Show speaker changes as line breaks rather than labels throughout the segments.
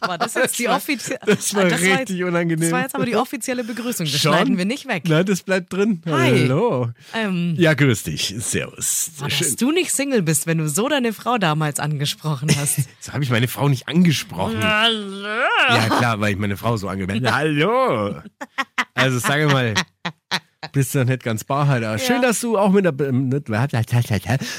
Boah, das ist jetzt die
war-
offizielle.
das war richtig
jetzt,
unangenehm.
Das war jetzt aber die offizielle Begrüßung. Das
Schon?
schneiden wir nicht weg.
Nein, das bleibt drin.
Hi. Oh,
Hallo.
Ähm,
Ja, grüß dich. Servus.
boah,
Schön.
dass du nicht Single bist, wenn du so deine Frau damals angesprochen hast.
So habe ich meine Frau nicht angesprochen.
Ah.
Hallo. Ja, klar, weil ich meine Frau so angemeldet habe. Hallo. Also sage mal, bist du nicht ganz barheit. Ja. Schön, dass du auch mit ähm, der,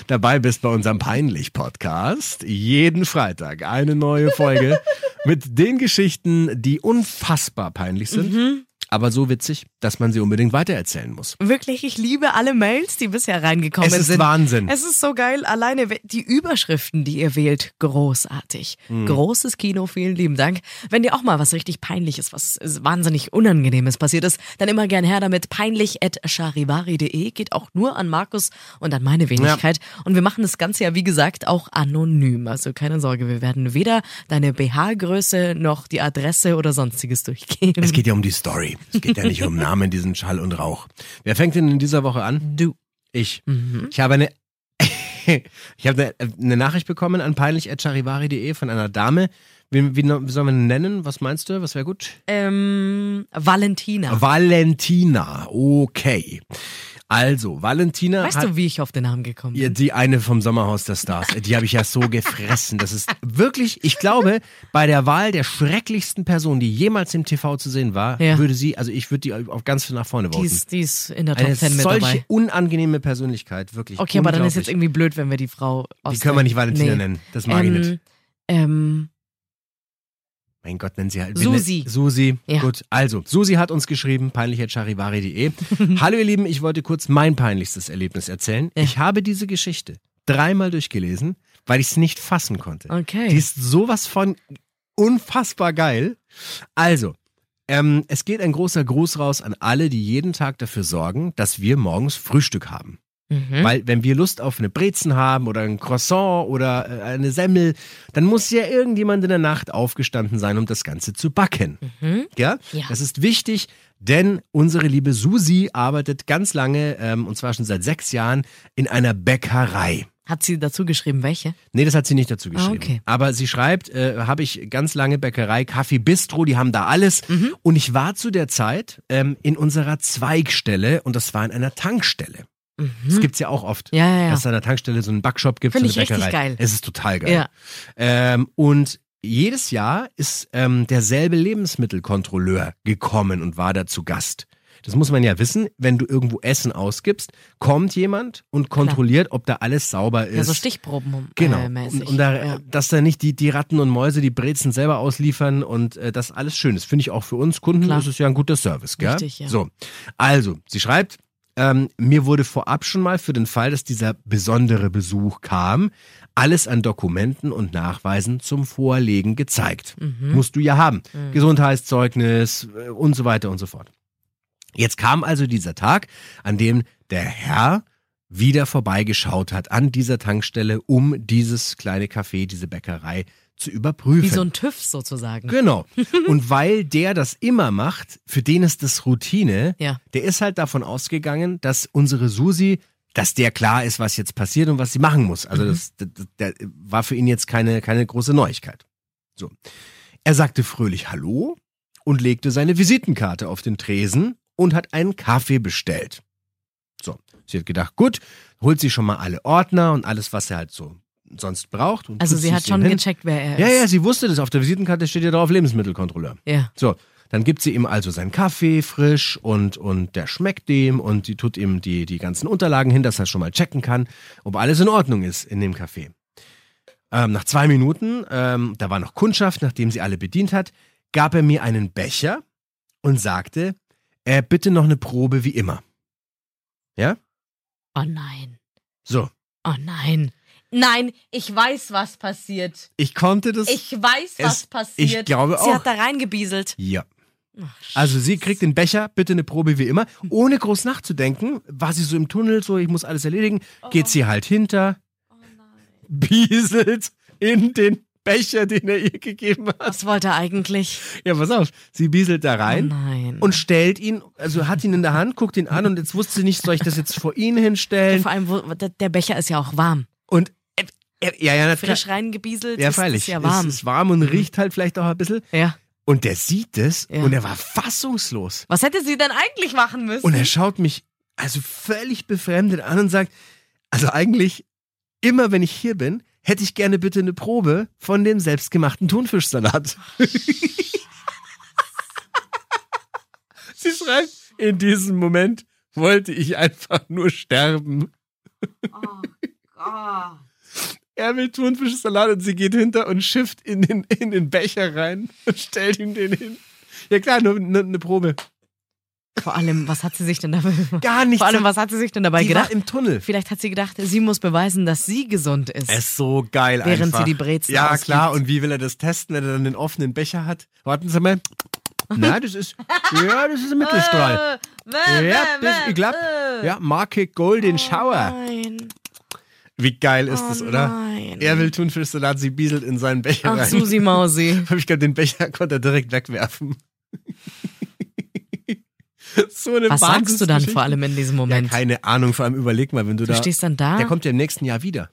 dabei bist bei unserem Peinlich-Podcast. Jeden Freitag eine neue Folge mit den Geschichten, die unfassbar peinlich sind,
Mhm.
aber so witzig, dass man sie unbedingt weitererzählen muss.
Wirklich, ich liebe alle Mails, die bisher reingekommen
Es ist
sind.
Wahnsinn.
Es ist so geil. Alleine we- die Überschriften, die ihr wählt, großartig.
Mhm.
Großes Kino, vielen lieben Dank. Wenn dir auch mal was richtig Peinliches, was äh, wahnsinnig Unangenehmes passiert ist, dann immer gern her damit. Peinlich.charivari.de geht auch nur an Markus und an meine Wenigkeit. Und wir machen das Ganze ja, wie gesagt, auch anonym. Also keine Sorge, wir werden weder deine BH-Größe noch die Adresse oder sonstiges durchgehen.
Es geht ja um die Story. Es geht ja nicht um Namen, diesen Schall und Rauch. Wer fängt denn in dieser Woche an?
Du. Mhm.
Ich. Ich habe eine, ich habe eine, eine Nachricht bekommen an peinlich.charivari.de von einer Dame. Wie, wie, wie soll man ihn nennen? Was meinst du? Was wäre gut?
Ähm, Valentina.
Valentina. Okay. Also, Valentina
Weißt
hat
du, wie ich auf den Namen gekommen bin?
Ja, die eine vom Sommerhaus der Stars, die habe ich ja so gefressen. Das ist wirklich, ich glaube, bei der Wahl der schrecklichsten Person, die jemals im TV zu sehen war,
Ja.
würde sie, also ich würde die auf ganz viel nach vorne
Die
voten.
ist, die ist in der Top
Eine
10 mit
solche
dabei.
unangenehme Persönlichkeit, wirklich.
Okay, aber dann ist
unglaublich.
jetzt irgendwie blöd, wenn wir die Frau aus
Die können wir nicht Valentina nennen, das mag ich nicht.
Ähm,
Mein Gott, nennen sie halt.
Susi.
Susi,
Ja.
gut. Also, Susi hat uns geschrieben, peinlich.charivari.de. Hallo ihr Lieben, ich wollte kurz mein peinlichstes Erlebnis erzählen.
Ja.
Ich habe diese Geschichte dreimal durchgelesen, weil ich es nicht fassen konnte.
okay.
Die ist sowas von unfassbar geil. Also, ähm, es geht ein großer Gruß raus an alle, die jeden Tag dafür sorgen, dass wir morgens Frühstück haben.
mhm.
Weil wenn wir Lust auf eine Brezen haben oder ein Croissant oder äh, eine Semmel, dann muss ja irgendjemand in der Nacht aufgestanden sein, um das Ganze zu backen.
Mhm.
Ja?
Ja.
Das ist wichtig, denn unsere liebe Susi arbeitet ganz lange, ähm, und zwar schon seit sechs Jahren, in einer Bäckerei.
Hat sie dazu geschrieben, welche?
Nee, das hat sie nicht dazu
Ah,
geschrieben.
okay.
Aber sie schreibt, äh, habe ich ganz lange Bäckerei, Kaffee, Bistro, die haben da alles.
Mhm.
Und ich war zu der Zeit ähm, in unserer Zweigstelle und das war in einer Tankstelle. Das gibt's ja auch oft.
Mhm. Ja, ja, ja.
Dass es an der Tankstelle so einen Backshop gibt,
Find
so eine
ich richtig
Bäckerei.
geil.
Es ist total geil.
Ja.
Ähm, und jedes Jahr ist ähm, derselbe Lebensmittelkontrolleur gekommen und war da zu Gast. Das muss man ja wissen, wenn du irgendwo Essen ausgibst, kommt jemand und kontrolliert, ob da alles sauber ist.
Ja, so Stichproben.
Genau.
Äh, mäßig.
und, und da,
ja.
dass da nicht die, die Ratten und Mäuse die Brezen selber ausliefern und äh, das alles schön ist. Finde ich auch für uns Kunden
Klar.
ist es ja ein guter Service, gell?
Richtig, ja.
So. Also, sie schreibt, ähm, mir wurde vorab schon mal für den Fall, dass dieser besondere Besuch kam, alles an Dokumenten und Nachweisen zum Vorlegen gezeigt.
Mhm.
Musst du ja haben. Gesundheitszeugnis äh, und so weiter und so fort. Jetzt kam also dieser Tag, an dem der Herr wieder vorbeigeschaut hat an dieser Tankstelle, um dieses kleine Café, diese Bäckerei zu überprüfen.
Wie so ein TÜV sozusagen.
Genau. Und weil der das immer macht, für den ist das Routine,
Ja.
der ist halt davon ausgegangen, dass unsere Susi, dass der klar ist, was jetzt passiert und was sie machen muss.
Mhm.
Also das, das, das war für ihn jetzt keine, keine große Neuigkeit. So. Er sagte fröhlich Hallo und legte seine Visitenkarte auf den Tresen und hat einen Kaffee bestellt. So, sie hat gedacht, gut, holt sie schon mal alle Ordner und alles, was er halt so sonst braucht. Und
Also
tut
sie
sich
hat schon
hin.
gecheckt, wer er
Ja, ja,
ist.
sie wusste das. Auf der Visitenkarte steht ja drauf Lebensmittelkontrolleur.
Ja, ja.
So, dann gibt sie ihm also seinen Kaffee frisch und, und der schmeckt dem und sie tut ihm die, die ganzen Unterlagen hin, dass er schon mal checken kann, ob alles in Ordnung ist in dem Kaffee. Ähm, nach zwei Minuten, ähm, da war noch Kundschaft, nachdem sie alle bedient hat, gab er mir einen Becher und sagte, äh, bitte noch eine Probe wie immer.
Oh nein.
So,
Oh nein.
Nein, ich weiß, was passiert.
Ich konnte das.
Ich weiß, was
es-
passiert.
Ich glaube
Sie
auch.
hat da reingebieselt.
Ja. Also sie kriegt den Becher, bitte eine Probe wie immer. Ohne groß nachzudenken, war sie so im Tunnel, so ich muss alles erledigen, geht sie halt hinter, bieselt in den Becher, den er ihr gegeben hat.
Was wollte er eigentlich?
Ja, pass auf, sie bieselt da
Oh
rein
nein.
und stellt ihn, also hat ihn in der Hand, guckt ihn an und jetzt wusste sie nicht, soll ich das jetzt vor ihn hinstellen?
vor allem, wo, der der Becher ist ja auch warm.
Und äh, äh, ja, ja, natürlich.
Frisch reingebieselt.
Ja,
ist-
freilich.
Ist ja warm.
Es ist warm und riecht halt vielleicht auch ein bisschen.
ja.
Und der sieht es
Ja.
und er war fassungslos.
Was hätte sie denn eigentlich machen müssen?
Und er schaut mich also völlig befremdet an und sagt, also eigentlich, immer wenn ich hier bin, hätte ich gerne bitte eine Probe von dem selbstgemachten Thunfischsalat. Sie schreibt, in diesem Moment wollte ich einfach nur sterben. Er will Thunfischsalat und sie geht hinter und schifft in den, in den Becher rein und stellt ihm den hin. Ja klar, nur, nur eine Probe.
Vor allem, was hat sie sich denn dabei
Gar nichts.
Vor allem, was hat sie sich denn dabei
Die war
gedacht?
im Tunnel.
Vielleicht hat sie gedacht, sie muss beweisen, dass sie gesund ist.
Es ist so geil
Während
einfach.
sie die Brezen
Ja,
ausgibt.
klar. Und wie will er das testen, wenn er dann den offenen Becher hat? Warten Sie mal. Nein, das ist, ja, das ist ein Mittelstrahl.
Äh,
ja, das, ich glaub, ja, Marke Golden Shower.
Oh Nein. Oh
Wie geil ist das, oder?
nein.
Er will Thunfischsalat, sie bieselt in seinen Becher
Ach,
rein.
Susi Mausi.
Hab ich glaube, den Becher konnte er direkt wegwerfen. so eine
Was sagst du dann
Wahnsinnsgeschichte.
vor allem in diesem
Ja,
Moment?
keine Ahnung. Vor allem überleg mal, wenn du,
du
da...
stehst dann da.
Der kommt ja im nächsten Jahr wieder. Im,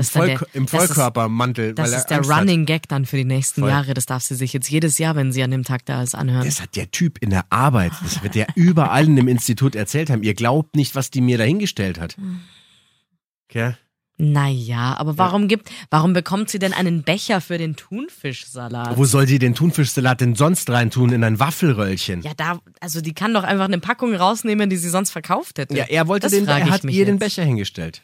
Das ist dann
Vollk
der-
im
das ist-
Vollkörpermantel.
das
weil er
ist der
Angst
Running Gag dann für die nächsten
Voll.
Jahre. Das darf sie sich jetzt jedes Jahr, wenn sie an dem Tag da ist,
Hat.
anhören.
Das hat der Typ in der Arbeit. Das wird der überall in dem Institut erzählt haben. Ihr glaubt nicht, was die mir dahingestellt hat.
Hm.
Okay.
Naja, aber warum gibt, warum bekommt sie denn einen Becher für den Thunfischsalat?
Wo soll sie den Thunfischsalat denn sonst reintun? In ein Waffelröllchen?
ja, da, also die kann doch einfach eine Packung rausnehmen, die sie sonst verkauft hätte.
Ja, er wollte
Äh, das
den,
frage
er
ich
hat ihr
mich
den
jetzt.
Becher hingestellt.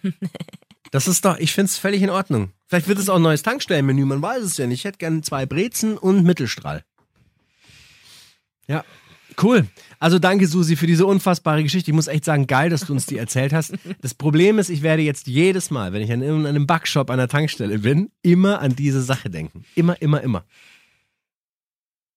Das ist doch, ich finde es völlig in Ordnung. Vielleicht wird es auch ein neues Tankstellenmenü, man weiß es ja nicht. Ich hätte gern zwei Brezen und Mittelstrahl. Ja, cool. Also danke, Susi, für diese unfassbare Geschichte. Ich muss echt sagen, geil, dass du uns die erzählt hast. Das Problem ist, ich werde jetzt jedes Mal, wenn ich an irgendeinem Backshop an der Tankstelle bin, immer an diese Sache denken. Immer, immer, immer.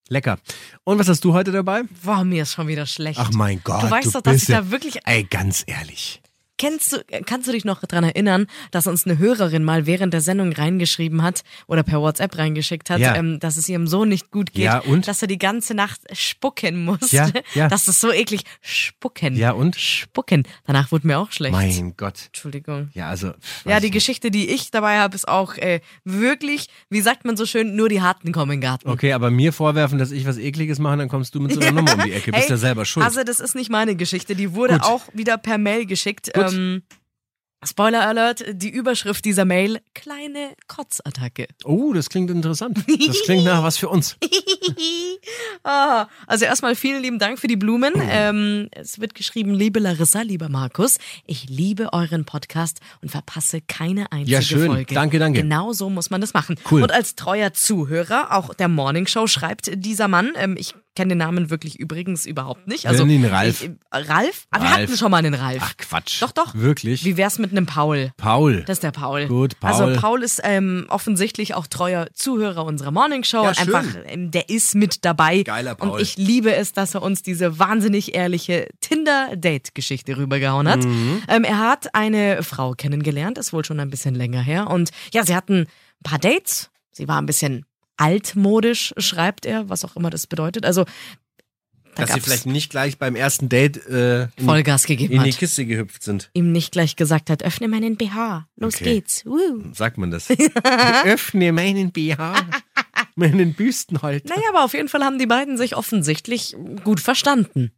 Lecker. Und was hast du heute dabei?
Boah, mir ist schon wieder schlecht.
Ach mein Gott.
Du weißt doch, dass ich
bist ja-
da wirklich
Ey, ganz ehrlich.
Kennst du, kannst du dich noch dran erinnern, dass uns eine Hörerin mal während der Sendung reingeschrieben hat oder per WhatsApp reingeschickt hat,
Ja.
ähm, dass es ihrem Sohn nicht gut geht,
Ja, und?
dass er die ganze Nacht spucken musste.
Ja, ja.
Das ist so eklig. Spucken.
Ja, und?
Spucken. Danach wurde mir auch schlecht.
Mein Gott.
Entschuldigung.
Ja, also. pff, weiß
Ja, die
ich nicht.
Geschichte, die ich dabei habe, ist auch äh, wirklich, wie sagt man so schön, nur die Harten kommen in den Garten.
Okay, aber mir vorwerfen, dass ich was Ekliges mache, dann kommst du mit so einer Nummer um die Ecke. Bist
Hey,
ja selber schuld.
Also, das ist nicht meine Geschichte. Die wurde
Gut.
auch wieder per Mail geschickt.
Gut.
Ähm, Spoiler Alert, die Überschrift dieser Mail, kleine Kotzattacke.
oh, das klingt interessant. Das klingt nach was für uns.
Ah, also erstmal vielen lieben Dank für die Blumen.
Mhm.
Ähm, es wird geschrieben, liebe Larissa, lieber Markus, ich liebe euren Podcast und verpasse keine einzige
Ja, schön.
Folge.
Danke, danke.
Genau so muss man das machen.
Cool.
Und als treuer Zuhörer, auch der Morning Show schreibt dieser Mann, ähm, ich kenne den Namen wirklich übrigens überhaupt nicht. Also
nennen ihn Ralf.
Ich, Ralf? Aber wir
Ralf.
hatten schon mal einen Ralf.
Ach Quatsch.
Doch, doch.
Wirklich?
Wie wär's mit einem Paul?
Paul.
Das ist der Paul.
Gut, Paul.
Also Paul ist ähm, offensichtlich auch treuer Zuhörer unserer Morning Show.
Ja,
und
schön.
einfach, ähm, der ist mit dabei.
Geiler Paul.
Und ich liebe es, dass er uns diese wahnsinnig ehrliche Tinder-Date-Geschichte rübergehauen hat.
Mhm.
Ähm, er hat eine Frau kennengelernt, ist wohl schon ein bisschen länger her. Und ja, sie hatten ein paar Dates. Sie war ein bisschen altmodisch, schreibt er, was auch immer das bedeutet. Also da
dass sie
gab's
vielleicht nicht gleich beim ersten Date äh, in,
Vollgas gegeben
in die
hat.
Kiste gehüpft sind.
Ihm nicht gleich gesagt hat, öffne meinen BH, los
Okay.
geht's. Woo.
Sagt man das? ich öffne meinen BH, meinen Büstenhalter.
Naja, aber auf jeden Fall haben die beiden sich offensichtlich gut verstanden.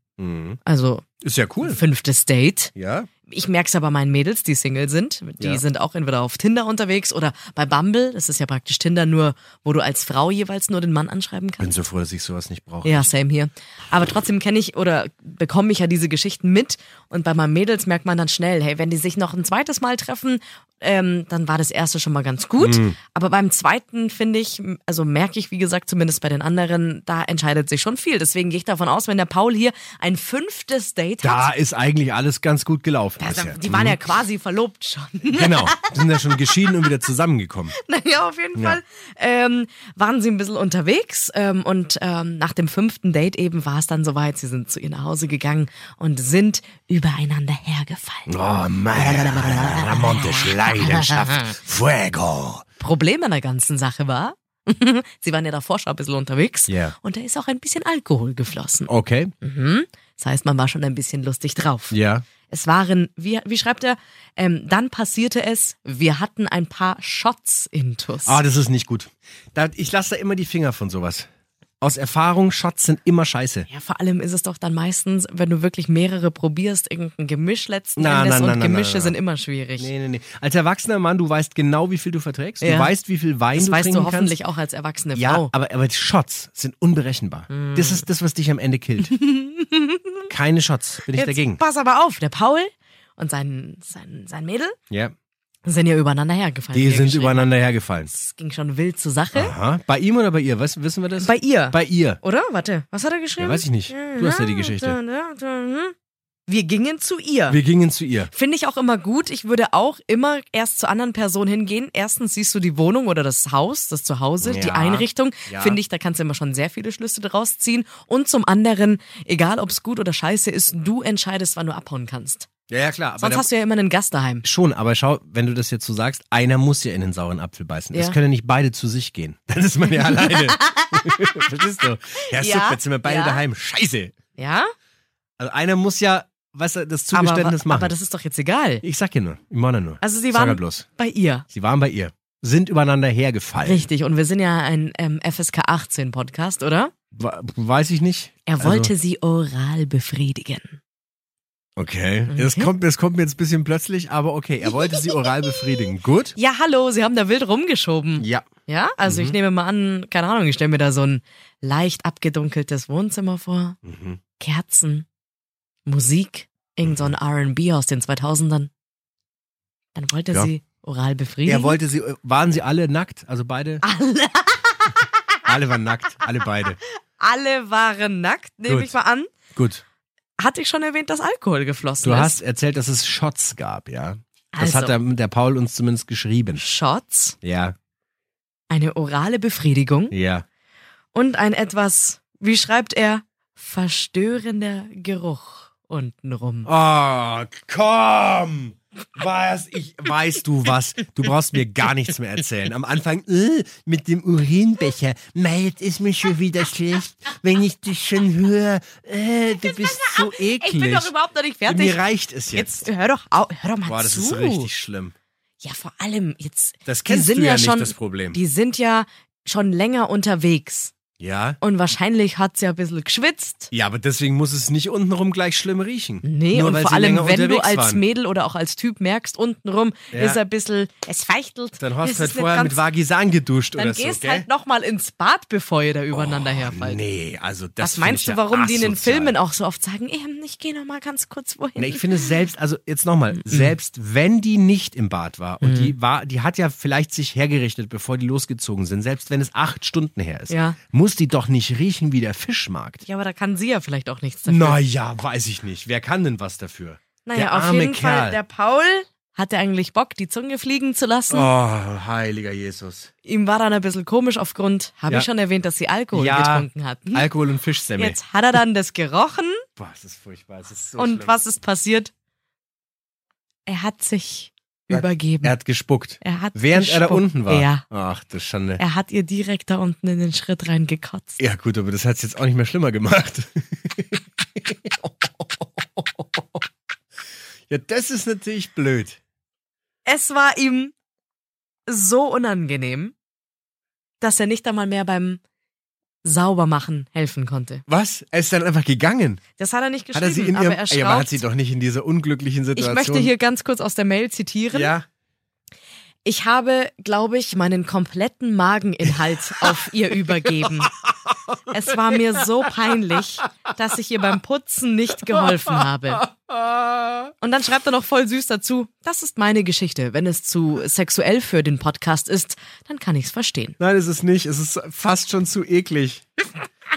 Also,
Ist ja cool.
fünftes Date.
Ja.
Ich merke es aber meinen Mädels, die Single sind. Die
Ja.
sind auch entweder auf Tinder unterwegs oder bei Bumble. Das ist ja praktisch Tinder nur, wo du als Frau jeweils nur den Mann anschreiben
Bin
kannst.
so froh, dass ich sowas nicht brauche.
Ja, same hier. Aber trotzdem kenne ich oder bekomme ich ja diese Geschichten mit. Und bei meinen Mädels merkt man dann schnell, hey, wenn die sich noch ein zweites Mal treffen, äh, ähm, dann war das erste schon mal ganz gut.
Mhm.
Aber beim zweiten finde ich, also merke ich, wie gesagt, zumindest bei den anderen, da entscheidet sich schon viel. Deswegen gehe ich davon aus, wenn der Paul hier ein fünftes Date
Da
hat,
ist eigentlich alles ganz gut gelaufen.
also,
bisher.
die waren
Mhm.
ja quasi verlobt schon.
Genau, die sind ja schon geschieden und wieder zusammengekommen.
Naja, auf jeden Fall ähm, waren sie ein bisschen unterwegs ähm, und ähm, nach dem fünften Date eben war es dann soweit. Sie sind zu ihr nach Hause gegangen und sind übereinander hergefallen.
Oh Mann, romantisch, Leidenschaft, Fuego.
Problem an der ganzen Sache war, sie waren ja davor schon ein bisschen unterwegs
Ja. Oh.
und da ist auch ein bisschen Alkohol geflossen.
Okay,
Das heißt, man war schon ein bisschen lustig drauf.
ja.
Es waren, wie, wie schreibt er, ähm, dann passierte es, wir hatten ein paar Shots intus.
Ah, das ist nicht gut. Da, ich lasse da immer die Finger von sowas. Aus Erfahrung, Shots sind immer scheiße.
Ja, vor allem ist es doch dann meistens, wenn du wirklich mehrere probierst, irgendein Gemisch letzten
Na,
Endes
na, na,
und
na,
Gemische
na, na.
sind immer schwierig.
Nee, nee, nee. Als erwachsener Mann, du weißt genau, wie viel du verträgst.
Ja.
Du weißt, wie viel Wein
Das
du
weißt
trinken
du hoffentlich
kannst.
auch Oh. als erwachsene
Ja,
Frau.
aber, aber die Shots sind unberechenbar.
Mm.
Das ist das, was dich am Ende killt. Keine Shots, bin ich
Jetzt
dagegen.
pass aber auf, der Paul und sein, sein, sein Mädel
Ja.
sind ja übereinander hergefallen. wie
Die
er
sind
geschrieben
übereinander hergefallen.
hat. Es ging schon wild zur Sache.
Aha. Bei ihm oder bei ihr? Was, wissen wir das?
Bei ihr.
Bei ihr.
Oder? Warte, was hat er geschrieben?
Ja, weiß ich nicht. Du hast ja die Geschichte.
hm. Wir gingen zu ihr.
Wir gingen zu ihr.
Finde ich auch immer gut. Ich würde auch immer erst zur anderen Person hingehen. Erstens siehst du die Wohnung oder das Haus, das Zuhause, die
Ja.
Einrichtung.
Ja.
Finde ich, da kannst du immer schon sehr viele Schlüsse draus ziehen. Und zum anderen, egal ob es gut oder scheiße ist, du entscheidest, wann du abhauen kannst.
Ja, ja, klar. Aber
Sonst
da-
hast du ja immer einen Gast daheim.
Schon, aber schau, wenn du das jetzt so sagst, einer muss ja in den sauren Apfel beißen. Es
Ja.
können ja nicht beide zu sich gehen. Dann ist man ja alleine. Verstehst du? Ja, super, jetzt sind wir beide
ja.
daheim. Scheiße.
Ja?
Also einer muss ja, was er das
Aber,
Zugeständnis machen.
aber das ist doch jetzt egal.
ich sag ja nur, ich meine nur.
Also sie
Sag ja
waren
bloß.
bei ihr.
Sie waren bei ihr, sind übereinander hergefallen.
Richtig. Und wir sind ja ein ähm, FSK 18 Podcast, oder?
Wa- Weiß ich nicht.
Er
Also-
wollte sie oral befriedigen.
Okay,
Mhm.
das kommt, das kommt mir jetzt ein bisschen plötzlich, aber okay, er wollte sie oral befriedigen. Gut?
Ja, hallo, sie haben da wild rumgeschoben.
Ja.
Ja, also
Mhm.
ich nehme mal an, keine Ahnung, ich stelle mir da so ein leicht abgedunkeltes Wohnzimmer vor,
Mhm.
Kerzen, Musik, irgend so ein R&B aus den 2000ern. Dann wollte er
Ja.
sie oral befriedigen.
Er wollte sie, äh, waren sie alle nackt? Also beide?
alle,
Alle waren nackt, alle beide.
alle waren nackt, nehme
Gut.
ich mal an.
Gut.
Hatte ich schon erwähnt, dass Alkohol geflossen
Du
ist?
hast erzählt, dass es Shots gab, ja. Das
Also.
hat der, der Paul uns zumindest geschrieben.
Shots,
Ja,
eine orale Befriedigung
ja.
und ein etwas, wie schreibt er, verstörender Geruch untenrum.
Oh, komm! Was ich, weißt du was? Du brauchst mir gar nichts mehr erzählen. Am Anfang äh, mit dem Urinbecher. Mei, jetzt ist mir schon wieder schlecht, wenn ich dich schon höre. Äh, du bist so eklig.
Ich bin doch überhaupt noch nicht fertig.
Mir reicht es jetzt.
Jetzt hör doch, au, hör doch mal
Boah, das
zu.
ist richtig schlimm.
Ja, vor allem jetzt.
Das
die
kennst
sind
du ja
ja
nicht,
schon,
das Problem.
Die sind ja schon länger unterwegs.
Ja?
Und wahrscheinlich hat's ja ein bisschen geschwitzt.
Ja, aber deswegen muss es nicht untenrum gleich schlimm riechen.
Nee,
Nur
und
weil
vor
sie
allem,
länger
wenn du
unterwegs
als
waren.
Mädel oder auch als Typ merkst, untenrum
Ja.
ist ein bisschen, es feichtelt.
Dann hast du
es
halt
ist nicht
vorher mit
ganz-
Vagisan geduscht
Dann
oder so,
gehst
gell?
halt nochmal ins Bad, bevor ihr da übereinander herfallt.
Nee, also das
Was
find ich
meinst du,
ja
warum die in den
asozial.
Filmen auch so oft sagen, "Ähm, ich gehe nochmal ganz kurz wohin?
Nee, ich finde es selbst, also jetzt
Mhm.
nochmal, selbst wenn die nicht im Bad war und die war, die hat ja vielleicht sich hergerichtet, bevor die losgezogen sind, selbst wenn es acht Stunden her ist,
Ja.
muss die doch nicht riechen wie der Fischmarkt.
ja, aber da kann sie ja vielleicht auch nichts dafür.
Naja, weiß ich nicht. Wer kann denn was dafür?
Naja,
der
auf
arme
jeden
Kerl.
Fall, der Paul hatte eigentlich Bock, die Zunge fliegen zu lassen.
Oh, heiliger Jesus.
Ihm war dann ein bisschen komisch aufgrund, habe
Ja.
ich schon erwähnt, dass sie Alkohol
ja,
getrunken hatten.
Alkohol und Fischsemmel.
Jetzt hat er dann das gerochen
Boah, es ist furchtbar. Es ist so
und
schlimm.
was ist passiert? Er hat sich
Er-
übergeben.
Er hat gespuckt.
Er hat
Während er da
gespuckt.
unten war.
Ja.
Ach, das Schande.
Er hat ihr direkt da unten in den Schritt reingekotzt.
Ja, gut, aber das hat's jetzt auch nicht mehr schlimmer gemacht. ja, das ist natürlich blöd.
Es war ihm so unangenehm, dass er nicht einmal mehr beim Saubermachen helfen konnte.
Was? Er ist dann einfach gegangen.
Das hat er nicht
Hat
geschrieben,
er sie in
aber
ihrem.
er
Ey, aber hat
schraubt
sie doch nicht in dieser unglücklichen
Ich
Situation.
möchte hier ganz kurz aus der Mail zitieren.
Ja.
Ich habe, glaube ich, meinen kompletten Mageninhalt auf ihr übergeben. Es war mir so peinlich, dass ich ihr beim Putzen nicht geholfen habe. Und dann schreibt er noch voll süß dazu, das ist meine Geschichte. Wenn es zu sexuell für den Podcast ist, dann kann ich's verstehen.
Nein, es ist nicht. Es ist fast schon zu eklig.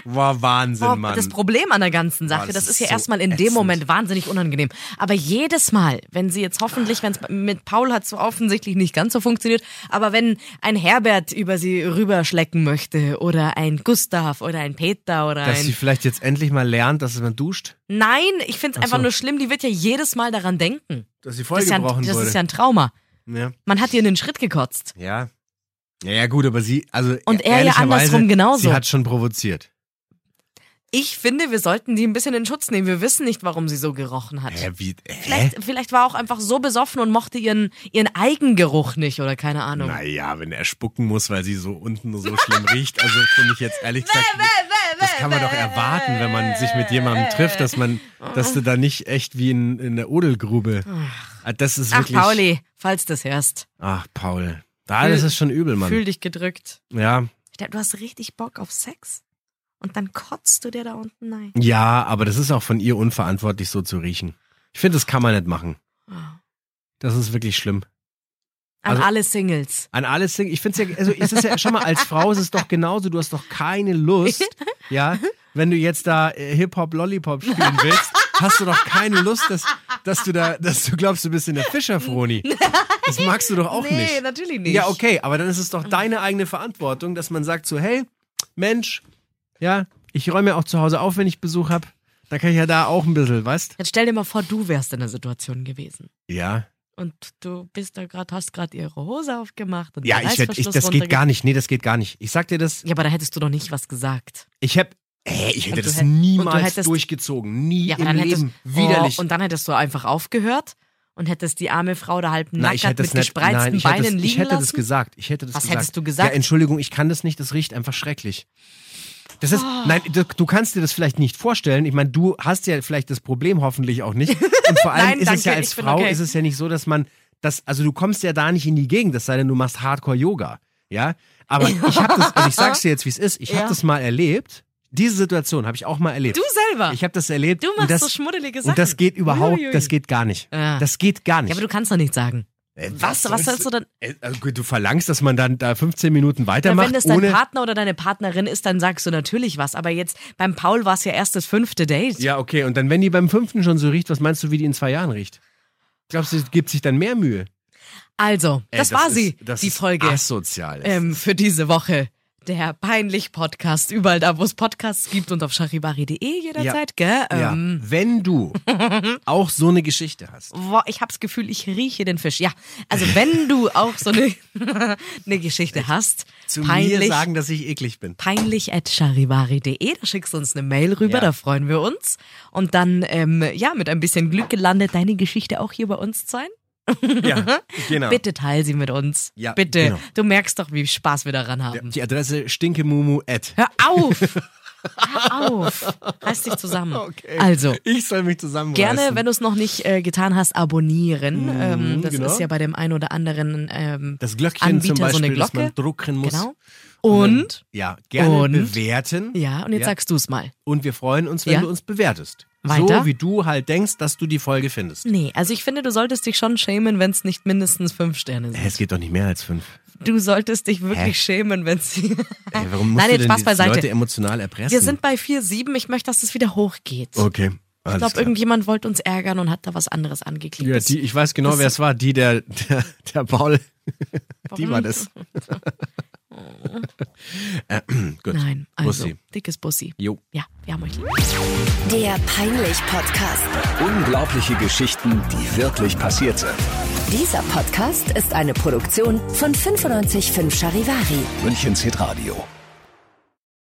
War Wahnsinn,
Boah,
Mann.
das Problem an der ganzen Sache,
Boah,
das,
das ist
ist ja
so
erstmal in dem
ätzend.
Moment wahnsinnig unangenehm. Aber jedes Mal, wenn sie jetzt hoffentlich, wenn es mit Paul hat so offensichtlich nicht ganz so funktioniert, aber wenn ein Herbert über sie rüberschlecken möchte oder ein Gustav oder ein Peter oder
Dass
ein
sie vielleicht jetzt endlich mal lernt, dass man duscht.
Nein, ich find's
Ach
einfach
so.
nur schlimm, die wird ja jedes Mal daran denken.
Dass sie
Das ist ja, ein-
gebrochen
das ist ja
wurde.
ein Trauma.
Ja.
Man hat ihr in den Schritt gekotzt.
ja. Ja, ja, gut, aber sie, also.
Und er ja
ehrlicherweise,
andersrum genauso.
Sie hat schon provoziert.
Ich finde, wir sollten die ein bisschen in Schutz nehmen. Wir wissen nicht, warum sie so gerochen hat.
Hä, wie, hä?
Vielleicht, vielleicht war er auch einfach so besoffen und mochte ihren, ihren Eigengeruch nicht oder keine Ahnung.
Naja, wenn er spucken muss, weil sie so unten so schlimm riecht. Also finde ich jetzt ehrlich gesagt, das kann man doch erwarten, wenn man sich mit jemandem trifft, dass man, dass du da nicht echt wie in, in der Odelgrube. Ah, Das ist
Ach,
wirklich.
Pauli, falls du das hörst,
Ach, Paul. Da, das ist schon übel, Mann.
fühl dich gedrückt.
Ja.
Du hast richtig Bock auf Sex und dann kotzt du dir da unten rein.
Ja, aber das ist auch von ihr unverantwortlich, so zu riechen. Ich finde, das kann man nicht machen.
Ah.
Das ist wirklich schlimm.
An
Also-
alle Singles.
An alles, Ding- ich finde es ja, also es ist ja schon mal als Frau ist es doch genauso, du hast doch keine Lust, ja, wenn du jetzt da äh, Hip-Hop Lollipop spielen willst, hast du doch keine Lust, dass, dass du da, dass du glaubst, du bist in der Fischerfroni. Das magst du doch auch
nee,
nicht.
natürlich nicht.
Ja, okay, aber dann ist es doch deine eigene Verantwortung, dass man sagt so, hey, Mensch, ja, ich räume ja auch zu Hause auf, wenn ich Besuch habe. Da kann ich ja da auch ein bisschen, weißt?
Jetzt stell dir mal vor, du wärst in der Situation gewesen.
Ja.
Und du bist da gerade, hast gerade ihre Hose aufgemacht. Und
Ja,
der
ich werd, ich,
Reißverschluss
das geht
runterge-
gar nicht. Nee, das geht gar nicht. Ich sag dir das,
Ja, aber da hättest du doch nicht was gesagt.
ich hab, hä, ich hätte
Und du
das
hätt- und
niemals
du hättest-
durchgezogen. Nie
Ja, aber
im
dann hättest,
Leben. Widerlich.
Oh, und dann hättest du einfach aufgehört und hättest die arme Frau da halb
Nein, ich
nackert
hätte
mit
das nicht,
gespreizten
nein, ich hätte,
Beinen
das,
liegen
ich hätte
lassen.
das gesagt. Ich hätte das
Was
gesagt.
hättest du gesagt?
Ja, Entschuldigung, ich kann das nicht. Das riecht einfach schrecklich. Das ist,
Oh.
nein, du, du kannst dir das vielleicht nicht vorstellen. Ich meine, du hast ja vielleicht das Problem hoffentlich auch nicht. Und vor allem
Nein,
ist es ja
danke,
als
ich bin
Frau
okay.
ist es ja nicht so, dass man das, also du kommst ja da nicht in die Gegend, es sei denn, du machst Hardcore-Yoga. Ja. Aber ich habe das, also ich sag's dir jetzt, wie es ist. Ich hab
Ja.
habe das mal erlebt. Diese Situation habe ich auch mal erlebt.
Du selber.
Ich habe das erlebt.
Du
und
machst
das,
so schmuddelige Sachen.
Und das geht überhaupt,
Uiuiui.
das geht gar nicht.
Ja.
Das geht gar nicht.
ja, aber du kannst doch nichts sagen.
Äh,
Was, was sollst du dann?
äh, Also gut, du verlangst, dass man dann da 15 Minuten
Ja,
weitermacht,
wenn das dein
ohne.
Partner oder deine Partnerin ist, dann sagst du natürlich was. Aber jetzt beim Paul war es ja erst das fünfte Date.
ja, okay. Und dann, wenn die beim fünften schon so riecht, was meinst du, wie die in zwei Jahren riecht? Glaubst du, sie gibt sich dann mehr Mühe?
Also,
Ey,
das, war
ist-
sie,
das
die
ist
Folge.
Asozial.
ähm, für diese Woche. Der Peinlich-Podcast, überall da, wo es Podcasts gibt und auf charibari.de jederzeit, gell?
ja.
Ähm,
Wenn du auch so eine Geschichte hast.
Boah, ich hab's Gefühl, ich rieche den Fisch. Ja, also wenn du auch so eine, eine Geschichte hast,
Zu mir
peinlich,
sagen, dass ich eklig bin.
peinlich at charibari.de, da schickst du uns eine Mail rüber,
Ja.
da freuen wir uns. Und dann, ähm, ja, mit ein bisschen Glück gelandet, deine Geschichte auch hier bei uns zu sein.
Ja, genau.
Bitte teil sie mit uns.
Ja,
Bitte.
genau.
Du merkst doch, wie Spaß wir daran haben.
Die Adresse stinkemumu at.
Hör auf! Hör auf! Reiß dich zusammen.
Okay.
Also.
Ich soll mich zusammenreißen.
Gerne, wenn du es noch nicht äh, getan hast, abonnieren. ähm, das
genau.
ist ja bei dem einen oder anderen ähm,
das Glöckchen
Anbieter
zum Beispiel,
so eine
dass
Glocke.
man drucken muss.
Genau. Und
Ja, gerne
Und?
bewerten.
ja, und jetzt
Ja.
sagst du es mal.
Und wir freuen uns, wenn
Ja.
du uns bewertest.
Weiter?
So wie du halt denkst, dass du die Folge findest.
Nee, also ich finde, du solltest dich schon schämen, wenn es nicht mindestens fünf Sterne sind.
Es geht doch nicht mehr als fünf.
Du solltest dich wirklich schämen, wenn es.
Ey, warum musst
Äh, Nein,
du
jetzt
denn
Spaß
die
beiseite.
Leute emotional erpressen?
Wir sind bei 4,7. Ich möchte, dass es wieder hochgeht.
okay. Alles
ich glaube,
klar.
irgendjemand wollte uns ärgern und hat da was anderes angeklickt.
Ja,
Das-
die, ich weiß genau, wer es war. Die, der, der, der Paul. Die
Warum?
war das. Äh, Gut.
Nein, also
Bussi.
dickes Bussi.
Jo.
Ja, wir haben euch lieb.
Der Peinlich-Podcast.
Unglaubliche Geschichten, die wirklich passiert sind.
Dieser Podcast ist eine Produktion von 955 Charivari.
Münchens Hitradio.